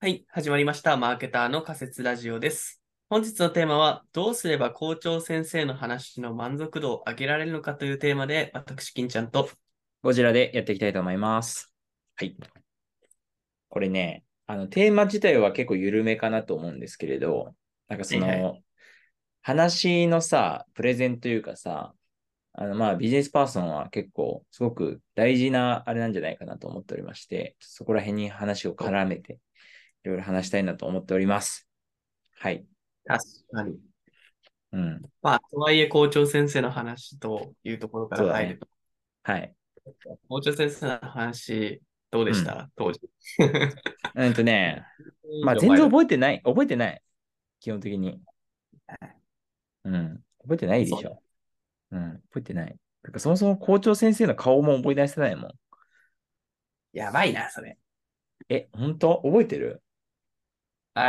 はい、始まりました。マーケターの仮説ラジオです。本日のテーマは、どうすれば校長先生の話の満足度を上げられるのかというテーマで、私、金ちゃんと。ゴジラでやっていきたいと思います。はい。これね、あの、テーマ自体は結構緩めかなと思うんですけれど、なんかその、はいは話のさ、プレゼンというかさ、あの、まあ、ビジネスパーソンは結構、すごく大事なあれなんじゃないかなと思っておりまして、そこら辺に話を絡めて、いろいろ話したいなと思っております。はい。確かに。うん。まあ、とはいえ校長先生の話というところかそうらだね入ると。はい。校長先生の話、どうでした、当時。うんとね、 まあ、全然覚えてない。覚えてない。基本的に。うん。覚えてないでしそょ。うん。覚えてない。だからそもそも校長先生の顔も思い出せないもん。やばいな、それ。え、本当覚えてるあ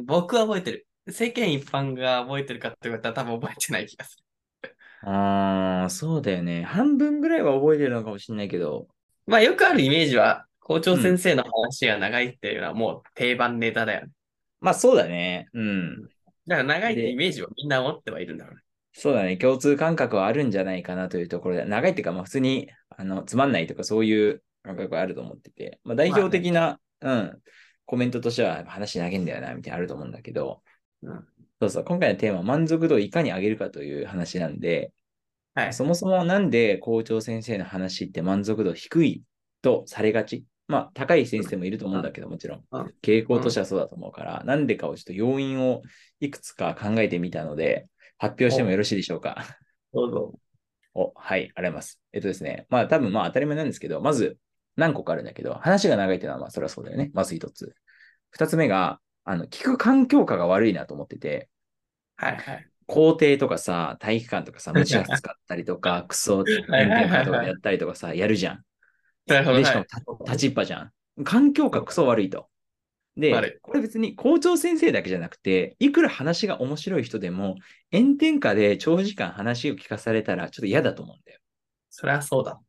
ー僕は覚えてる。世間一般が覚えてるかって言われたら多分覚えてない気がする。ああ、そうだよね。半分ぐらいは覚えてるのかもしれないけど。まあ、よくあるイメージは、校長先生の話が長いっていうのはもう定番ネタだよねまあそうだね。うん。だから長いってでイメージはみんな持ってはいるんだろうね。そうだね。共通感覚はあるんじゃないかなというところで、長いっていうか、まあ普通に、あの、つまんないとかそういう感覚があると思ってて、まあ代表的な、うん、コメントとしては、やっぱ話長いんだよな、みたいなのあると思うんだけど、うんそうそう、今回のテーマは満足度をいかに上げるかという話なんで、はい。そもそもなんで校長先生の話って満足度低いとされがちまあ、高い先生もいると思うんだけど、もちろんうん。傾向としてはそうだと思うから、なんでかをちょっと要因をいくつか考えてみたので、発表してもよろしいでしょうか。どうぞ。お、はい、あります。えっとですね、まあ多分まあ当たり前なんですけど、まず何個かあるんだけど、話が長いっていうのはまあそれはそうだよね。まず一つ。二つ目が、あの、聞く環境下が悪いなと思ってて、はいはい。校庭とかさ、体育館とか さ、無知が使ったりとか、クソ、炎天下とかでやったりとかさ、やるじゃん。なるほど。で、しはかもいた立ちっぱじゃん。環境下クソ悪いと。悪で、これ別に校長先生だけじゃなくて、いくら話が面白い人でも、炎天下で長時間話を聞かされたらちょっと嫌だと思うんだよ。そりゃそうだ。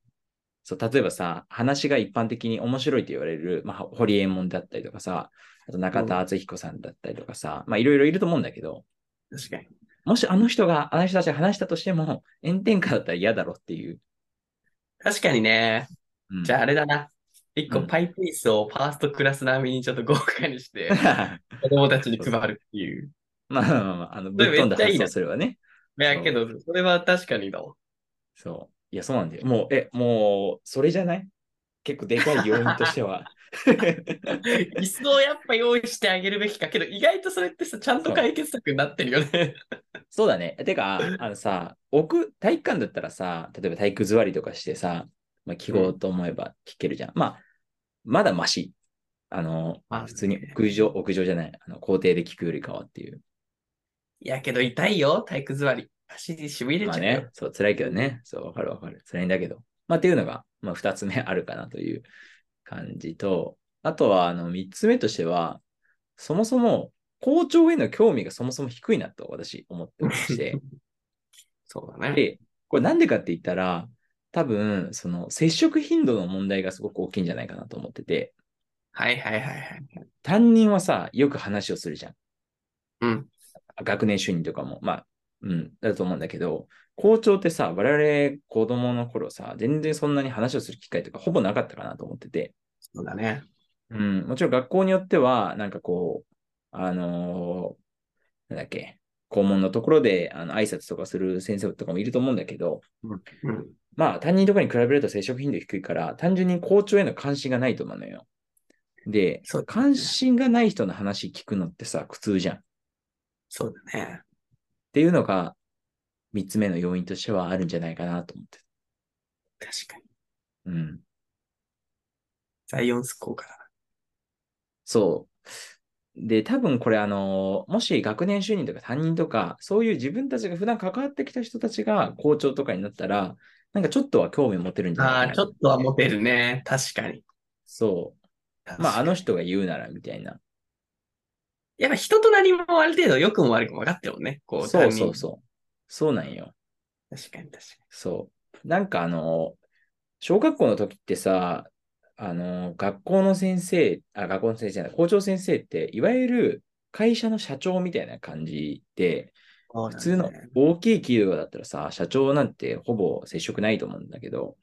そう、例えばさ、話が一般的に面白いと言われる、まあ、堀エモ門だったりとかさ、あと中田敦彦さんだったりとかさ、まあ、いろいろいると思うんだけど、確かに。もしあの人が、あの人たちが話したとしても、炎天下だったら嫌だろっていう。確かにね。うん じゃああれだな。一個うんパイプ椅子をファーストクラス並みにちょっと豪華に して、子供たちに配るっていう。まあまあまあ、あの、ぶっ飛んだ発想すればね。いやけど、それは確かにだわ。そう。いや、そうなんだよ。もう、え、もう、それじゃない結構でかい要因としては。椅子をやっぱ用意してあげるべきか。けど、意外とそれってさ、ちゃんと解決策になってるよね。そうだね。てか、あのさ、奥、体育館だったらさ、例えば体育座りとかしてさ、まあ、聞こうと思えば聞けるじゃん。まあ、まだマシ。あの、まあ普通に屋上、屋上じゃない、あの校庭で聞くよりかはっていう。いやけど、痛いよ、体育座り。足にしびれまあちゃうよ。ね、そう、辛いけどね。そう、わかるわかる。辛いんだけど。まあ、っていうのが、まあ、二つ目あ るかなという感じと、あとは、あの、三つ目としては、そもそも、校長への興味がそもそも低いなと私思ってまして、 そうだね。で、これなんでかって言ったら、多分、その接触頻度の問題がすごく大きいんじゃないかなと思ってて、はいはいはいはい。担任はさ、よく話をするじゃん。うん。学年主任とかも、まあ、うん、だと思うんだけど、校長ってさ、我々子供の頃さ、全然そんなに話をする機会とかほぼなかったかなと思ってて、そうだね。うん、もちろん学校によっては、なんかこう、あのーなんだっけ、校門のところであの挨拶とかする先生とかもいると思うんだけど、うん。まあ、担任とかに比べると接触頻度低いから、単純に校長への関心がないと思うのよ。で、そうですね関心がない人の話聞くのってさ、苦痛じゃん。っそうだね。ていうのが、三つ目の要因としてはあるんじゃないかなと思って。確かに。うん。ザイオンス効果だそう。で、多分これ、あの、もし学年主任とか担任とか、そういう自分たちが普段関わってきた人たちが校長とかになったら、なんかちょっとは興味持てるんじゃな。あないあー、かな。ちょっとはモテるね。確かに。そう。まあ、あの、の人が言うならみたいな。やっぱ人となりもある程度良くも悪くも分かってるもんね。こう、そうそう担そう。そうなんよ。任確かに確かそう。なんかあの、小学校の時ってさ、あの、学校の先生、あ、学校の先生じゃない、校長先生って、いわゆる会社の社長みたいな感じで、普普通の大きい企業だったらさ、社長なんてほぼ接触ないと思うんだけど、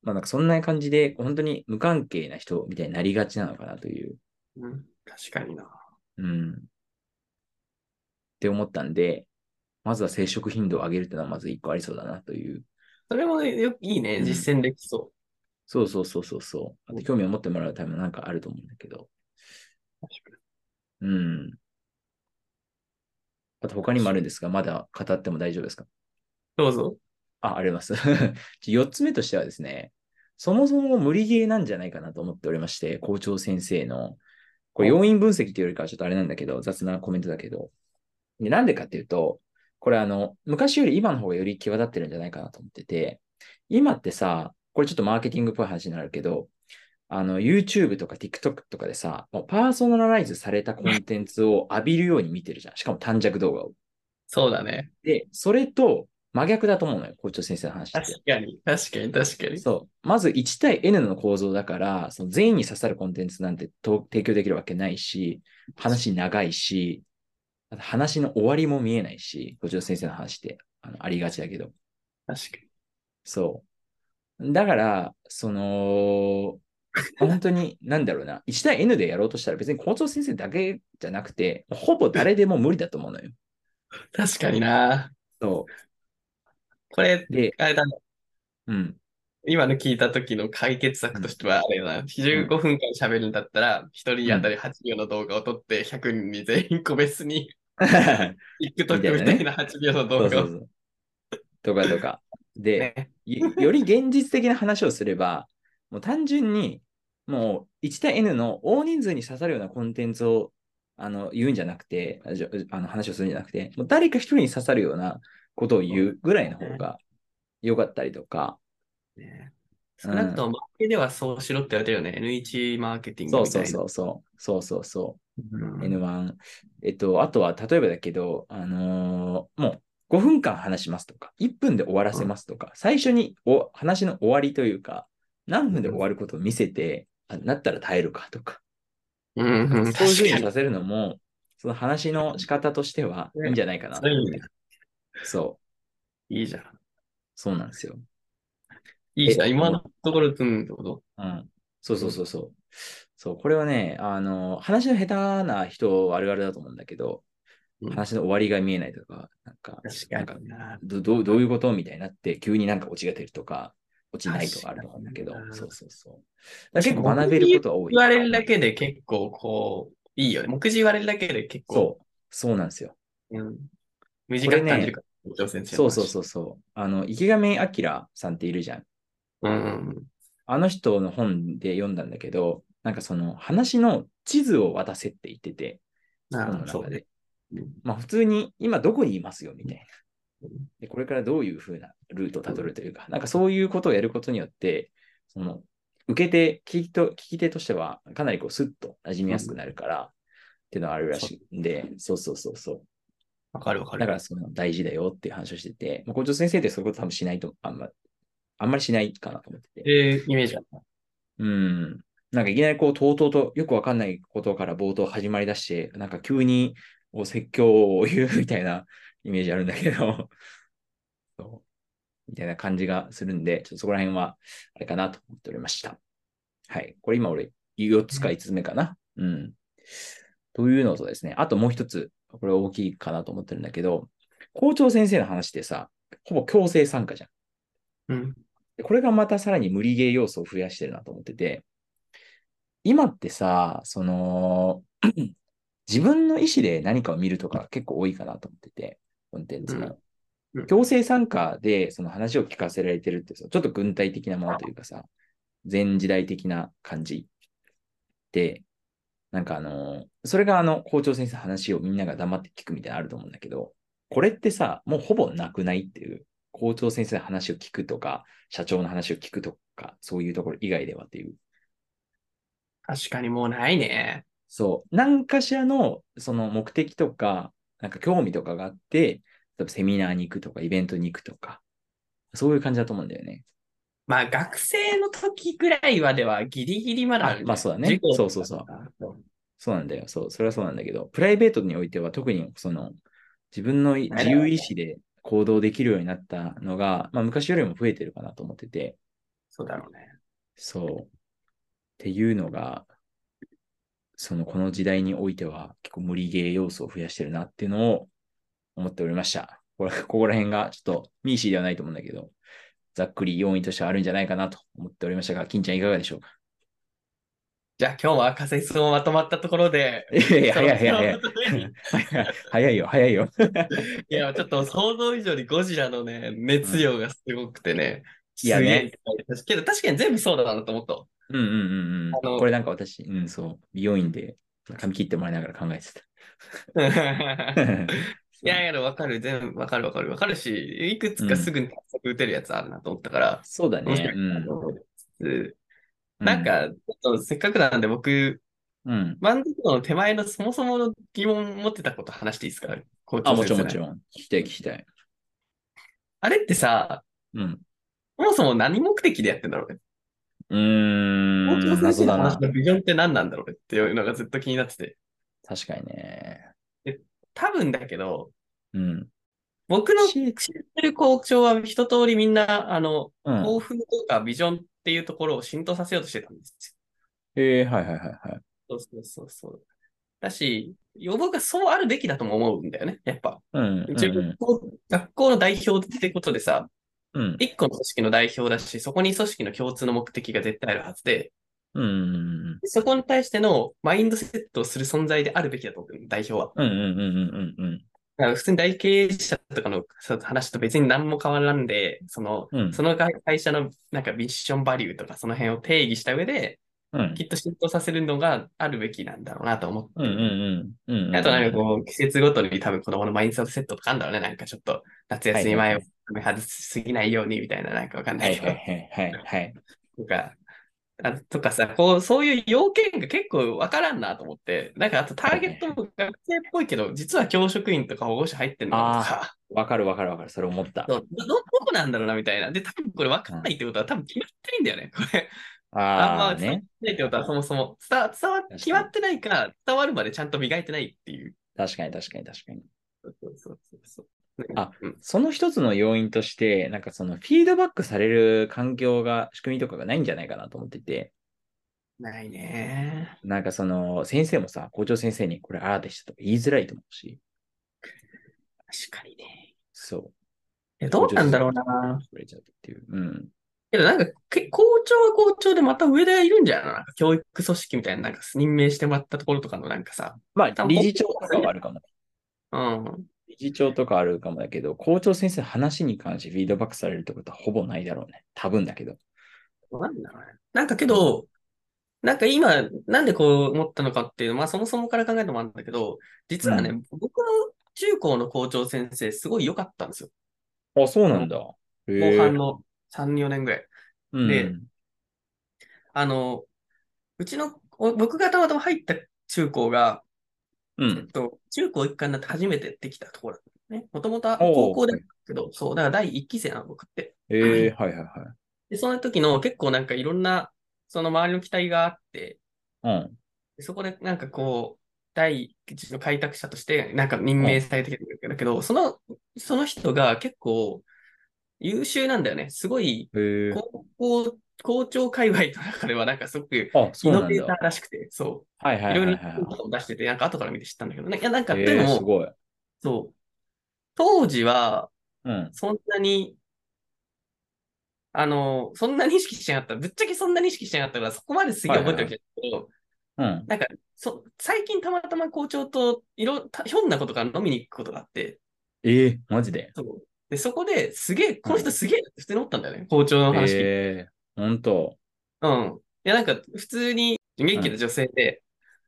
まあなんかそんな感じで、本当に無関係な人みたいになりがちなのかなという、うん、確かにな。うん。って思ったんで、まずは接触頻度を上げるっていうのはまず一個ありそうだなという。それもよいいね、うん実践できそそうそうそうそうそう。あと興味を持ってもらうためのなんかあると思うんだけど。う。うん。あと他にもあるんですが、まだ語っても大丈夫ですかどうぞ。あ、あります。4つ目としてはですね、そもそも無理ゲーなんじゃないかなと思っておりまして、校長先生の、これ要因分析というよりかはちょっとあれなんだけど、雑なコメントだけど、でなんでかっていうと、これあの、昔より今の方がより際立ってるんじゃないかなと思ってて、今ってさ、これちょっとマーケティングっぽい話になるけど、あの、YouTube とか TikTok とかでさ、もうパーソナライズされたコンテンツを浴びるように見てるじゃん。しかも短尺動画を。そうだね。で、それと真逆だと思うのよ、校長先生の話って。確かに、確かに、確かに。そう。まず1対 N の構造だから、その全員に刺さるコンテンツなんてと提供できるわけないし、話長いし、あと話の終わりも見えないし、五条先生の話ってあのありがちだけど。確かに。そう。だから、その、本当に、なんだろうな、1対 N でやろうとしたら別に校長先生だけじゃなくて、ほぼ誰でも無理だと思うのよ。確かにな。そこれ、う。で、あれだね。うん、今の聞いた時の解決策としては、あれだな。15分間喋るんだったら、1人当たり8秒の動画を撮って、100人に全員個別 に TikTok みたいな8秒のそ動うそ画うを。そう。とかとか。で、ねよより現実的な話をすれば、もう単純に、もう1対 N の大人数に刺さるようなコンテンツをあの言うんじゃなくて、あじゃあの話をするんじゃなくて、もう誰か一人に刺さるようなことを言うぐらいの方が良かったりとか、ね少なくとも、マーケではそうしろって言われてるよね。N1 マーケティングそうみたそいうな。そうそう、そうそうそう。うん N1。えっと、あとは、例えばだけど、あのーもう5分間話しますとか、1分で終わらせますとか、最初にお話の終わりというか、何分で終わることを見せて、あなったら耐えるかとか、うんうん、確そういうふうかにに。させるのも、その話の仕方としてはいいんじゃないかなそ。ういう意味でそう、いいじゃん。そうなんですよ。いいじゃん。え今のところ、うん、ってことうん。そうそうそうそう。そう、これはね、あの、話の下手な人あるあるだと思うんだけど、うん話の終わりが見えないとか、なんか、確かにな。どどうどういうことみたいになって、急になんか落ちが出るとか、落ちないとかあると思うんだけど確かに、なそうそうそう。だから結構学べることは多い言。われるだけで結構こう、いいよね。目次言われるだけで結構、そう、そうなんですよ。う。ん、短く感じるから、挑戦そうそうう。そうそう。あの、池上彰さんっているじゃん。うんうんあの人の本で読んだんだけど、なんかその話の地図を渡せって言ってて、うん。本のああ、中そうね。で。まあ普通に今どこにいますよみたいなうん。でこれからどういうふうなルートをたどるというか、なんかそういうことをやることによって、その受け手聞きと、聞き手としてはかなりこうスッと馴染みやすくなるから、っていうのはあるらしいんで、そうそうそうそわかるわかう。る。だからその大事だよっていう話をしてて、まあ、校長先生ってそういうこと多分しないと、あんまあんまりしないかなと思ってて。えー、イメージあるうん。なんかいきなりこう、とうとうとよくわかんないことから冒頭始まりだして、なんか急にこう説教を言うみたいな イメージあるんだけど、 そうみたいな感じがするんで、ちょっとそこら辺はあれかなと思っておりました。はい。これ今俺4つか5つ目かな。うん。というのとですね、あともう一つ、これ大きいかなと思ってるんだけど、校長先生の話ってさ、ほぼ強制参加じゃん。うん。でこれがまたさらに無理ゲー要素を増やしてるなと思ってて、今ってさ、その、 自分の意思で何かを見るとか結構多いかなと思ってて、コンテンツも。うんうん強制参加でその話を聞かせられてるってさ、ちょっと軍隊的なものというかさ、前時代的な感じで、なんかあの、それがあの校長先生の話をみんなが黙って聞くみたいなのあると思うんだけど、これってさ、もうほぼなくないっていう、校長先生の話を聞くとか、社長の話を聞くとか、そういうところ以外ではっていう。確かにもうないね。そう。何かしらの、その目的とか、なんか興味とかがあって、例えばセミナーに行くとか、イベントに行くとか、そういう感じだと思うんだよね。まあ学生の時ぐらいはではギリギリまだあるあまあそうだねそうそうそうそうなんだよ。そう、それはそうなんだけど、プライベートにおいては特にその自分のいなる自ほど由意志で行動できるようになったのが、まあ昔よりも増えてるかなと思ってて、そうだろうね。そう。っていうのが、そのこの時代においては結構無理ゲー要素を増やしてるなっていうのを思っておりました。これここら辺がちょっとミーシーではないと思うんだけど、ざっくり要因としてはあるんじゃないかなと思っておりましたが、金ちゃんいかがでしょうかじゃあ今日は仮説をまとまったところで、い やいや、その早い早い早い。早い早いよ、早いよ。いや、ちょっと想像以上にゴジラのね、熱量がすごくてね。いやねすげえ。けど確かに全部そうだなと思った。うんうんうんうん。あのこれなんか私、うん、そう、美容院で髪切ってもらいながら考えてた。 いやいや、わかる、全部わかるわかるわかるし、いくつかすぐに対策打てるやつあるなと思ったから、 そうだ面白い。ねうんなと思いつつうなん、か、ちょっとせっかくなんで僕、うん。満足度の手前のそもそもの疑問持ってたこと話していいですか校長あ、もちろんも先ち生ろん。聞きたい聞きたい。あれってさ、うん。そもそも何目的でやってんだろうね。うー校長ん、先謎生のだ話な。のビジョンって何なんだろうねっていうのがずっと気になってて。確かにね。多分だけど、うん。僕の知しってる校長は一通りみんな、あの、うん興、奮とかビジョンっていうところを浸透させようとしてたんですよ。えー、はいはいはいはい。そうそうそうそう。だし、要望がそうあるべきだとも思うんだよね、やっぱ。うんうん一応学校学校の代表ってことでさ、うん。うん一個の組織の代表だし、そこに組織の共通の目的が絶対あるはずで、うんうんそこに対してのマインドセットをする存在であるべきだと思う代表は。うんうんうんうんうんだから普通に大経営者とかのそう話と別に何も変わらんで、その、うんその会会社のなんかミッションバリューとかその辺を定義した上で、うんきっと浸透させるのがあるべきなんだろうなと思ってうんうんうんうんうんあとなんかこう、季節ごとに多分子供のマインドセットとかあんだろうね。なんかちょっと、夏休み前を外しすぎないようにみたいな、なんかわかんなはいいけはど。いはいはいはい。とか、あとかさ、こう、そういう要件が結構わからんなと思って。なんかあとターゲットも学生っぽいけど、実は教職員とか保護者入ってんのかなとか、わかるわかるわかる。それ思った。そうど、どこなんだろうなみたいな。で、多分これわかんないってことは多分決まってないんだよね。これ。あんまああ、伝わっねて。ないってことはそもそも伝わ、伝わ、決まってないか、伝わるまでちゃんと磨いてないっていう。確かに確かに確かに。そうそうそうそう。あうん、その一つの要因として、なんかそのフィードバックされる環境が、仕組みとかがないんじゃないかなと思ってて、ないね。なんかその先生もさ、校長先生にこれああでしたとか言いづらいと思うし、確かにね。そう。えどうなんだろうな。触れちゃうっていう。うん。けどなんか、け校長は校長でまた上でいるんじゃないのなんか教育組織みたいな、なんか任命してもらったところとかのなんかさ。ま多あ、分理事長とかはあるかも。うん。理事長とかあるかもだけど、校長先生の話に関してフィードバックされるってことはほぼないだろうね。多分だけど。なんだろうね。なんかけど、なんか今、なんでこう思ったのかっていう、まあそもそもから考えてもあるんだけど、実はね、う僕の中高の校長先生、すごい良かったんですよ。あ、そうなんだ。後後半の3、4年ぐらい。うん、であの、うちの、お僕がたまたま入った中高が、うえっん。と、中高一貫になって初めてできたところだね。もともとおう高校だけど、そう、だから第一期生なの、僕って。ええはいはいはい。で、その時の結構なんかいろんな、その周りの期待があって、うん。でそこでなんかこう、第一の開拓者として、なんか任命されてきたんだけど、その、その人が結構優秀なんだよね。すごい、ええ高校、校長界隈の中ではなんかすごく、あ、イそうノなんベータだー。らしくて、そはいはう、いいろはいいろは。ないことを出してて、なんか後から見て知ったんだけどね。いや、なんか、えでえも、すごい。そう。当時は、うん。そんなに、あの、そんなに意識しなかった。ぶっちゃけそんなに意識しなかったから、そこまですげえ覚えてるわけじゃないけど、うん。なんかそ、最近たまたま校長といろ、たひょんなことから飲みに行くことがあって、ええマジで。そう。で、そこですげえ、この人すげえって普通に思ったんだよね、校長の話聞いて。ええほんと。うん。いや、なんか、普通に元気な女性で、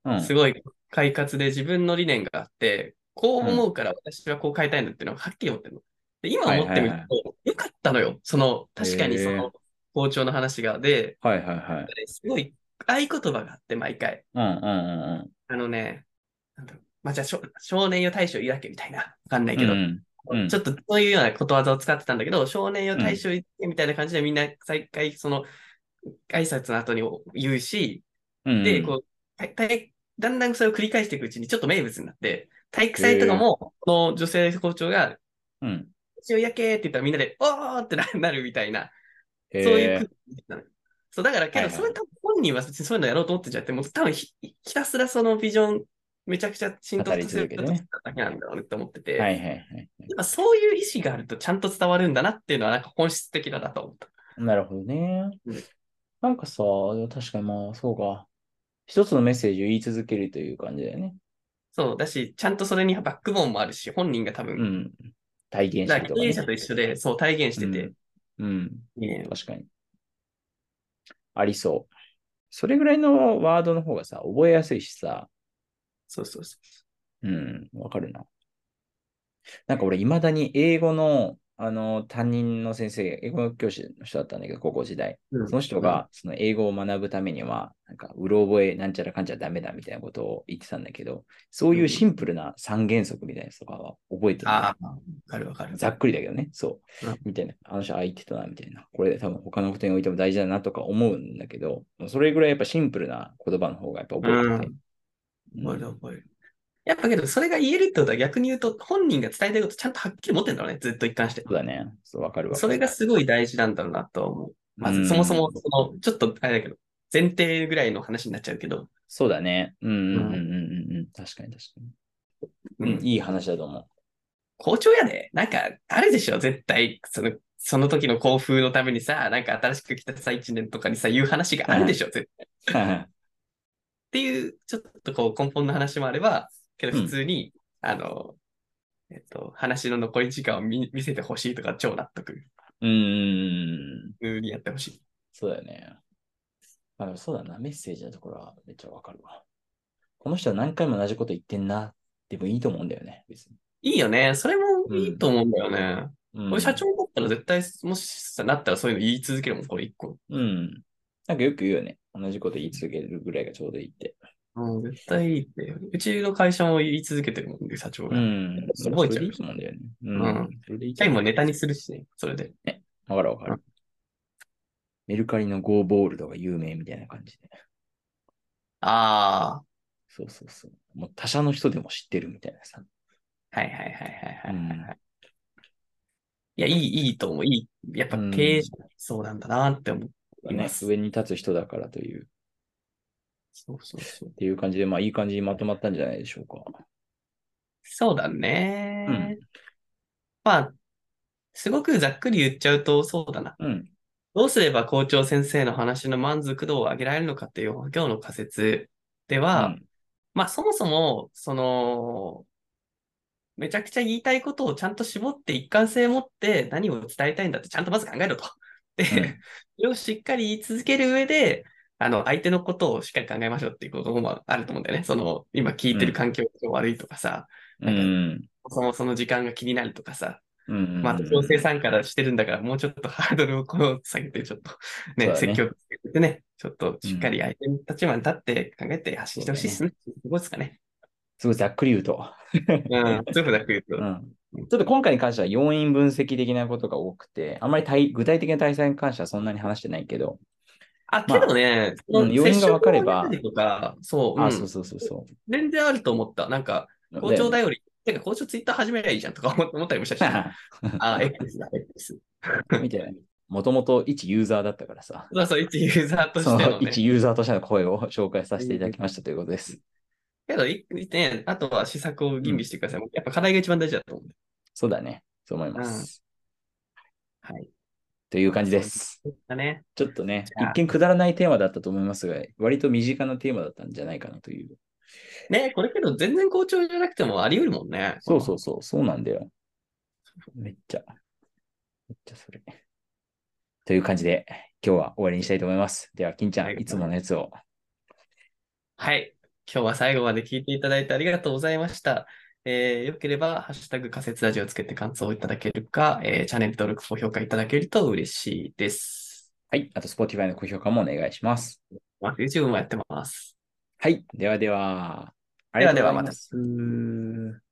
うん。すごい快活で自分の理念があって、こう思うから私はこう変えたいんだっていうのがはっきり思ってるの。で、今思ってみはいはいると、よかったのよ。その、確かにそへの、校長の話が。で、はいはいはい。すごい合言葉があって、毎回。うんうんあのね、なんだろうまあ、じゃあ、少少年よ大将いわけみたいな。わかんないうんうけん。ど、うんうんちょっとそういうようなことわざを使ってたんだけど、少年よ大将行けみたいな感じでみんな再開、その、挨拶の後に言うし、うんで、こう、体体だんだんそれを繰り返していくうちにちょっと名物になって、体育祭とかも、この女性校長が、うん。一応やけーって言ったらみんなで、おーってな なるみたいな、そそういう空気なのよそう、だから、けはいど、はいそれ多分本人は別にそういうのやろうと思ってんじゃって、もう多分ひひたすらそのビジョン、めちゃくちゃ浸透させる語り続けてねだけなんだろうねって思ってて、はいはいはい。やっぱそういう意思があるとちゃんと伝わるんだなっていうのはなんか本質的だなと思った。なるほどねうん。なんかさ、確かにまあ、そうか。一つのメッセージを言い続けるという感じだよね。そう、だし、ちゃんとそれにバックボーンもあるし、本人が多分、うん。体現だかしらて経とか営ね。者と一緒で、そう、体現してて、うん。いいね確かに。ありそう。それぐらいのワードの方がさ、覚えやすいしさ、そうそうそうん、わかるな。なんか俺、いまだに英語の、あの、担任の先生、英語の教師の人だったんだけど、高校時代。う。うんその人が、その英語を学ぶためには、なんか、うろ覚え、なんちゃらかんちゃらダメだみたいなことを言ってたんだけど、そういうシンプルな三原則みたいなやつとかは覚えてた、ああ、わかるわかる。ざっくりだけどね、そううん。みたいな、あの人、あ、言ってたな、みたいな。これで多分他のことにおいても大事だなとか思うんだけど、それぐらいやっぱシンプルな言葉の方がやっぱ覚えてて。うん覚える覚える。やっぱけど、それが言えるってことは逆に言うと、本人が伝えたいことちゃんとはっきり持ってんだろうね、ずっと一貫してそ。うだね。そう、わかるわかる。それがすごい大事なんだろうなとは思う。まうず、んそもそも、その、ちょっと、あれだけど、前提ぐらいの話になっちゃうけど、そうだね。うんうんうんうんうんうん。確かに確かに。うん、いい話だと思う。校長やで、なんか、あるでしょ、絶対、その、その時の校風のためにさ、なんか新しく来たさ、一年とかにさ、言う話があるでしょ、絶対。っはていう、ちょっとこう、根本の話もあれば、けど、普通に、あの、えっと、話の残り時間を見見せてほしいとか、超納得。いうんうん。普通にやってほしい。そうだよね。まあでもそうだな。メッセージのところはめっちゃわかるわ。この人は何回も同じこと言ってんな。でもいいと思うんだよね。別に。いいよね。それもいいと思うんだよね。うん俺、社長だったら絶対、もしさなったらそういうの言い続けるもん、これ一個。うん。なんかよく言うよね。同じこと言い続けるぐらいがちょうどいいって。うん、絶対いいって。うちの会社も言い続けてるもんね、社長うが。一ん。すごいそじゃんれでいいと思うんだよね。ううん。それでいいと回思もうネタにするしね、それで。わかるわかる。メルカリのゴーボールドが有名みたいな感じで。あそうそうそう。もう他社の人でも知ってるみたいなさ。あ、はいはいはいはいはいはい、うんい。や、いい、いいと思う。いい。やっぱうん経営者そうなんだなって思いねます。上に立つ人だからという、っそうそうそう。ていう感じで、まあいい感じにまとまったんじゃないでしょうか。そうだね、うんまあ、すごくざっくり言っちゃうと、そうだな。うん。どうすれば校長先生の話の満足度を上げられるのかっていう今日の仮説では、うんまあそもそも、その、めちゃくちゃ言いたいことをちゃんと絞って一貫性持って何を伝えたいんだってちゃんとまず考え ろと。で、うんそれをしっかり言い続ける上で、あの、相手のことをしっかり考えましょうっていうこともあると思うんだよね。その、今聞いてる環境が悪いとかさ、うん。そもそも時間が気になるとかさ、うん。まあ、強制参加してるんだから、もうちょっと ハードルをこう下げて、ちょっとね、そうだね積極的にね、ちょっとしっかり相手の立場に立って考えて発信してほしいですね。どうですかね。すごいざっくり言うと。うん、そういうふうだく言ううと。ん。ちょっと今回に関しては要因分析的なことが多くて、あんまり対具体的な対策に関してはそんなに話してないけど、あ、けどね、まあうん要因が分かれば接触のやりとか、そう、あ、うんそうそうそうそ全然あると思った。なんか、う。校長頼り、てか校長ツイッター始めりゃいいじゃんとか思思ったりもしたし、 あー、X だ、X。みたいな。もともと一ユーザーだったからさ。そうそう、一ユーザーとそしてののね。一ユーザーとしての声を紹介させていただきましたということです。けど、いね、あとは施策を吟味してください。やっぱ課題が一番大事だと思うんで。そうだね。そう思います。はい。という感じです。だね。ちょっとねじゃあ、一見くだらないテーマだったと思いますが、割と身近なテーマだったんじゃないかなという。ね、これけど全然好調じゃなくてもあり得るもんね。そうそうそう、そうなんだよ。めっちゃ、めっちゃそれ。という感じで、今日は終わりにしたいと思います。では、金ちゃはん、いいつものやつを。はい。今日は最後まで聞いていただいてありがとうございました。えーよければ、ハッシュタグ仮説ラジオをつけて感想をいただけるか、えーチャンネル登録、高評価いただけると嬉しいです。はい。あと、Spotify の高評価もお願いします。まあ YouTube もやってます。はい。ではでは、あでりはがでとうごはまざいまたす。。うー